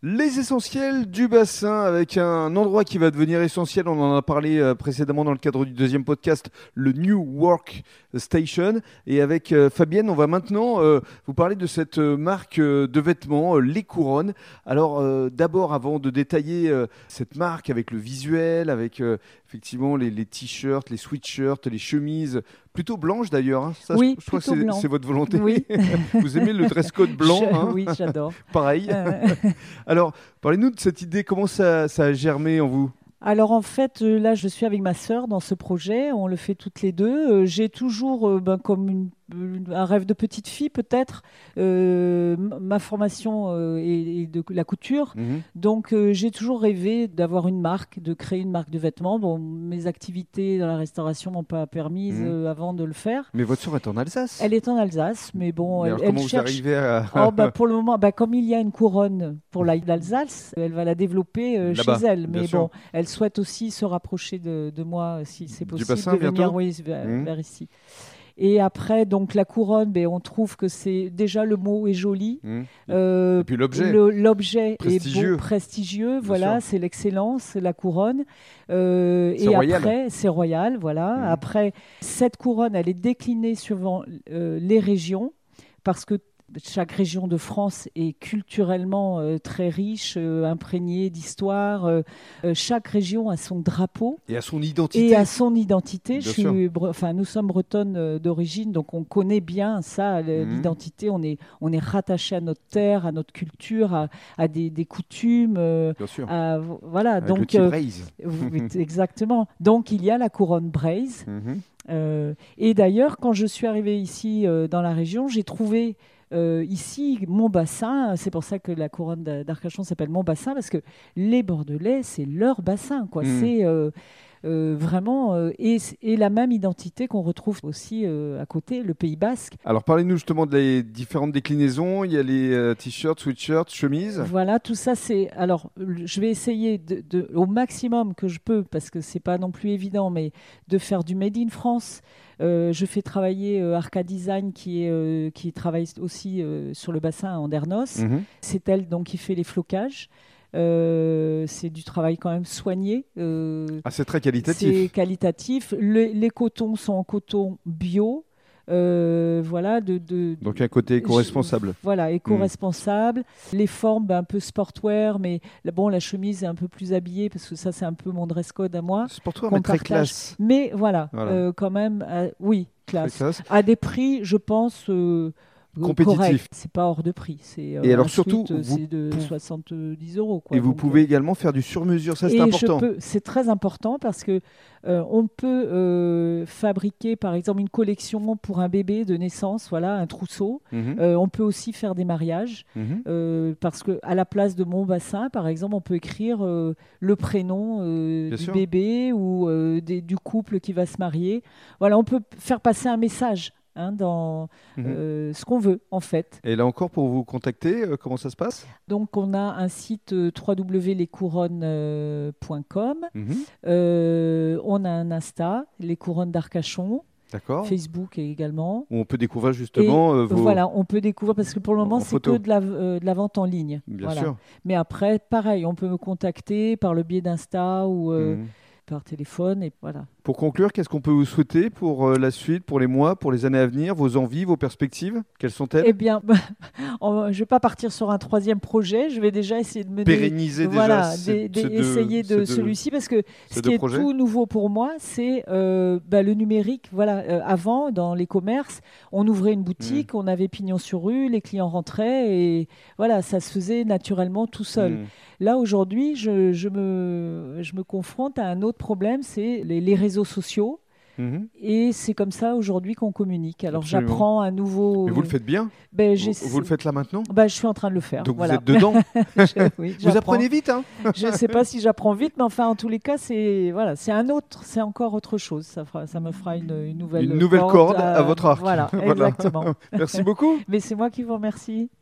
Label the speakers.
Speaker 1: Les essentiels du bassin avec un endroit qui va devenir essentiel, on en a parlé euh, précédemment dans le cadre du deuxième podcast, le New Work Station. Et avec euh, Fabienne, on va maintenant euh, vous parler de cette euh, marque euh, de vêtements, euh, Les Couronnes. Alors euh, d'abord, avant de détailler euh, cette marque avec le visuel, avec euh, effectivement les, les t-shirts, les sweatshirts, les chemises, plutôt blanches d'ailleurs. hein. Ça, je-
Speaker 2: Oui,
Speaker 1: je, crois que
Speaker 2: plutôt
Speaker 1: c'est-
Speaker 2: blanc.
Speaker 1: c'est votre volonté.
Speaker 2: Oui.
Speaker 1: vous aimez le dress code blanc,
Speaker 2: Je-
Speaker 1: hein
Speaker 2: Oui, j'adore.
Speaker 1: pareil.
Speaker 2: Euh,
Speaker 1: Alors, parlez-nous de cette idée, comment ça, ça a germé en vous
Speaker 2: alors en fait, euh, là, je suis avec ma sœur dans ce projet. On le fait toutes les deux. Euh, J'ai toujours, euh, ben, comme une- une- un rêve de petite fille peut-être, euh, m- ma formation euh, est, est de la couture.
Speaker 1: Mhm.
Speaker 2: Donc euh, j'ai toujours rêvé d'avoir une marque, de créer une marque de vêtements. Bon, mes activités dans la restauration m'ont pas permise
Speaker 1: Mhm.
Speaker 2: euh, avant de le faire.
Speaker 1: Mais votre sœur est en Alsace.
Speaker 2: Elle est en Alsace, mais bon,
Speaker 1: Mais
Speaker 2: elle,
Speaker 1: alors,
Speaker 2: elle
Speaker 1: comment vous
Speaker 2: cherche.
Speaker 1: arrivez à...
Speaker 2: Oh, bah, pour le moment, bah, comme il y a une couronne pour la- l'Alsace, elle va la développer euh, chez
Speaker 1: Là-bas,
Speaker 2: elle.
Speaker 1: bien
Speaker 2: Mais
Speaker 1: sûr.
Speaker 2: bon, elle souhaite aussi se rapprocher de, de moi euh, si c'est
Speaker 1: Du
Speaker 2: possible.
Speaker 1: bassin,
Speaker 2: de venir,
Speaker 1: bientôt
Speaker 2: oui, vers,
Speaker 1: Mhm.
Speaker 2: vers ici. Et après, donc la couronne, ben, on trouve que c'est déjà le mot est joli.
Speaker 1: Mhm.
Speaker 2: Euh,
Speaker 1: Et puis l'objet.
Speaker 2: le- L'objet est
Speaker 1: Prestigieux.
Speaker 2: beau, prestigieux. voilà,
Speaker 1: sûr.
Speaker 2: c'est l'excellence, la couronne. Euh,
Speaker 1: C'est
Speaker 2: et
Speaker 1: royal.
Speaker 2: après, c'est royal. Voilà.
Speaker 1: Mhm.
Speaker 2: Après, cette couronne, elle est déclinée suivant euh, les régions, parce que chaque région de France est culturellement euh, très riche, euh, imprégnée d'histoire. euh, euh, chaque région a son drapeau.
Speaker 1: Et à son identité.
Speaker 2: Et à son identité, je
Speaker 1: Bien
Speaker 2: suis
Speaker 1: sûr.
Speaker 2: bre- enfin, nous sommes bretonnes euh, d'origine, donc on connaît bien ça, le-
Speaker 1: Mhm.
Speaker 2: l'identité. On est, on est rattaché à notre terre, à notre culture, à, à des, des coutumes. euh,
Speaker 1: Bien sûr.
Speaker 2: à- voilà,
Speaker 1: Avec le
Speaker 2: donc
Speaker 1: type
Speaker 2: euh,
Speaker 1: raise.
Speaker 2: vous- oui, exactement. Donc il y a la couronne braise.
Speaker 1: Mhm.
Speaker 2: euh, et d'ailleurs, quand je suis arrivée ici euh, dans la région, j'ai trouvé euh, ici mon bassin. C'est pour ça que la couronne d'A- d'Arcachon s'appelle mon bassin parce que les Bordelais, c'est leur bassin, quoi.
Speaker 1: Mhm.
Speaker 2: C'est euh, euh, vraiment euh, et, c- et la même identité qu'on retrouve aussi euh, à côté, le Pays Basque.
Speaker 1: Alors, parlez-nous justement des différentes déclinaisons. Il y a les euh, t-shirts, sweatshirts, chemises.
Speaker 2: Voilà, tout ça, c'est. Alors, l- je vais essayer de, de- au maximum que je peux, parce que c'est pas non plus évident, mais de faire du made in France. Euh, je fais travailler euh, Arca Design, qui, est, euh, qui travaille aussi euh, sur le bassin à Andernos.
Speaker 1: Mhm.
Speaker 2: C'est elle donc qui fait les flocages. Euh, c'est du travail quand même soigné. euh,
Speaker 1: Ah, c'est très
Speaker 2: c'est
Speaker 1: qualitatif.
Speaker 2: qualitatif. Le- les cotons sont en coton bio. euh, voilà, de, de,
Speaker 1: Donc, un côté éco-responsable. Hmm.
Speaker 2: voilà, éco-responsable. Les formes, ben, un peu sportwear, mais là, bon, la chemise est un peu plus habillée parce que ça, c'est un peu mon dress code à moi.
Speaker 1: C'est pour toi,
Speaker 2: qu'on
Speaker 1: mais très
Speaker 2: partage.
Speaker 1: classe.
Speaker 2: Mais voilà,
Speaker 1: Voilà.
Speaker 2: euh, quand même, euh, oui,
Speaker 1: Très
Speaker 2: classe.
Speaker 1: classe.
Speaker 2: À des prix, je pense. euh, euh,
Speaker 1: Compétitif.
Speaker 2: corrects. C'est pas hors de prix. C'est, euh,
Speaker 1: Et alors,
Speaker 2: un
Speaker 1: surtout,
Speaker 2: sweat, euh,
Speaker 1: vous
Speaker 2: c'est de
Speaker 1: pou-
Speaker 2: 70 euros. Quoi,
Speaker 1: Et vous
Speaker 2: Donc, euh,
Speaker 1: pouvez également faire du sur-mesure. Ça, c'est
Speaker 2: et je
Speaker 1: important.
Speaker 2: peux- C'est très important parce que euh, on peut euh, fabriquer, par exemple, une collection pour un bébé de naissance, voilà, un trousseau.
Speaker 1: Mhm.
Speaker 2: Euh, on peut aussi faire des mariages.
Speaker 1: Mhm.
Speaker 2: Euh, parce que à la place de mon bassin, par exemple, on peut écrire euh, le prénom euh,
Speaker 1: Bien
Speaker 2: du
Speaker 1: sûr.
Speaker 2: bébé ou euh, des- du couple qui va se marier. Voilà, on peut p- faire passer un message hein, dans
Speaker 1: Mhm.
Speaker 2: euh, ce qu'on veut en fait.
Speaker 1: Et là encore, pour vous contacter, euh, comment ça se passe
Speaker 2: Donc on a un site euh, www.lescouronnes.com,
Speaker 1: Mhm.
Speaker 2: Euh, on a un Insta, les couronnes d'Arcachon,
Speaker 1: D'accord.
Speaker 2: Facebook également.
Speaker 1: Où on peut découvrir justement euh, Oh. vos.
Speaker 2: Voilà, on peut découvrir parce que pour le
Speaker 1: En- en
Speaker 2: moment c'est
Speaker 1: photo.
Speaker 2: que de la, euh, de la vente en ligne.
Speaker 1: Bien
Speaker 2: Voilà.
Speaker 1: sûr.
Speaker 2: Mais après, pareil, on peut me contacter par le biais d'Insta ou euh,
Speaker 1: Mhm.
Speaker 2: par téléphone. Et voilà.
Speaker 1: Pour conclure, qu'est-ce qu'on peut vous souhaiter pour euh, la suite, pour les mois, pour les années à venir, vos envies, vos perspectives Quelles sont-elles
Speaker 2: Eh bien, on- je ne vais pas partir sur un troisième projet. Je vais déjà essayer de mener.
Speaker 1: Pérenniser déjà
Speaker 2: voilà,
Speaker 1: ces-
Speaker 2: des- des-
Speaker 1: ces deux-
Speaker 2: essayer
Speaker 1: ces
Speaker 2: de
Speaker 1: deux-
Speaker 2: celui-ci parce que
Speaker 1: ces
Speaker 2: ce
Speaker 1: deux
Speaker 2: qui est
Speaker 1: projets
Speaker 2: tout nouveau pour moi, c'est euh, bah, le numérique. Voilà, Euh, avant, dans les commerces, on ouvrait une
Speaker 1: Mm.
Speaker 2: boutique, on avait pignon sur rue, les clients rentraient et voilà, ça se faisait naturellement tout seul.
Speaker 1: Mhm.
Speaker 2: Là, aujourd'hui, je, je me, je me confronte à un autre problème, c'est les, les réseaux sociaux.
Speaker 1: Mhm.
Speaker 2: Et c'est comme ça aujourd'hui qu'on communique. Alors
Speaker 1: Absolument.
Speaker 2: j'apprends un nouveau.
Speaker 1: Mais vous le faites bien
Speaker 2: Ben,
Speaker 1: vous,
Speaker 2: j'ai-
Speaker 1: vous le faites là maintenant
Speaker 2: Ben, je suis en train de le faire.
Speaker 1: Donc
Speaker 2: voilà.
Speaker 1: vous êtes dedans
Speaker 2: Je- oui,
Speaker 1: Vous
Speaker 2: j'apprends.
Speaker 1: apprenez vite, hein
Speaker 2: Je ne sais pas si j'apprends vite, mais enfin, en tous les cas, c'est voilà, c'est un autre, c'est encore autre chose. Ça, fera- ça me fera une, une nouvelle
Speaker 1: Une nouvelle corde à votre arc.
Speaker 2: Voilà,
Speaker 1: Voilà.
Speaker 2: exactement.
Speaker 1: Merci beaucoup
Speaker 2: Mais c'est moi qui vous remercie.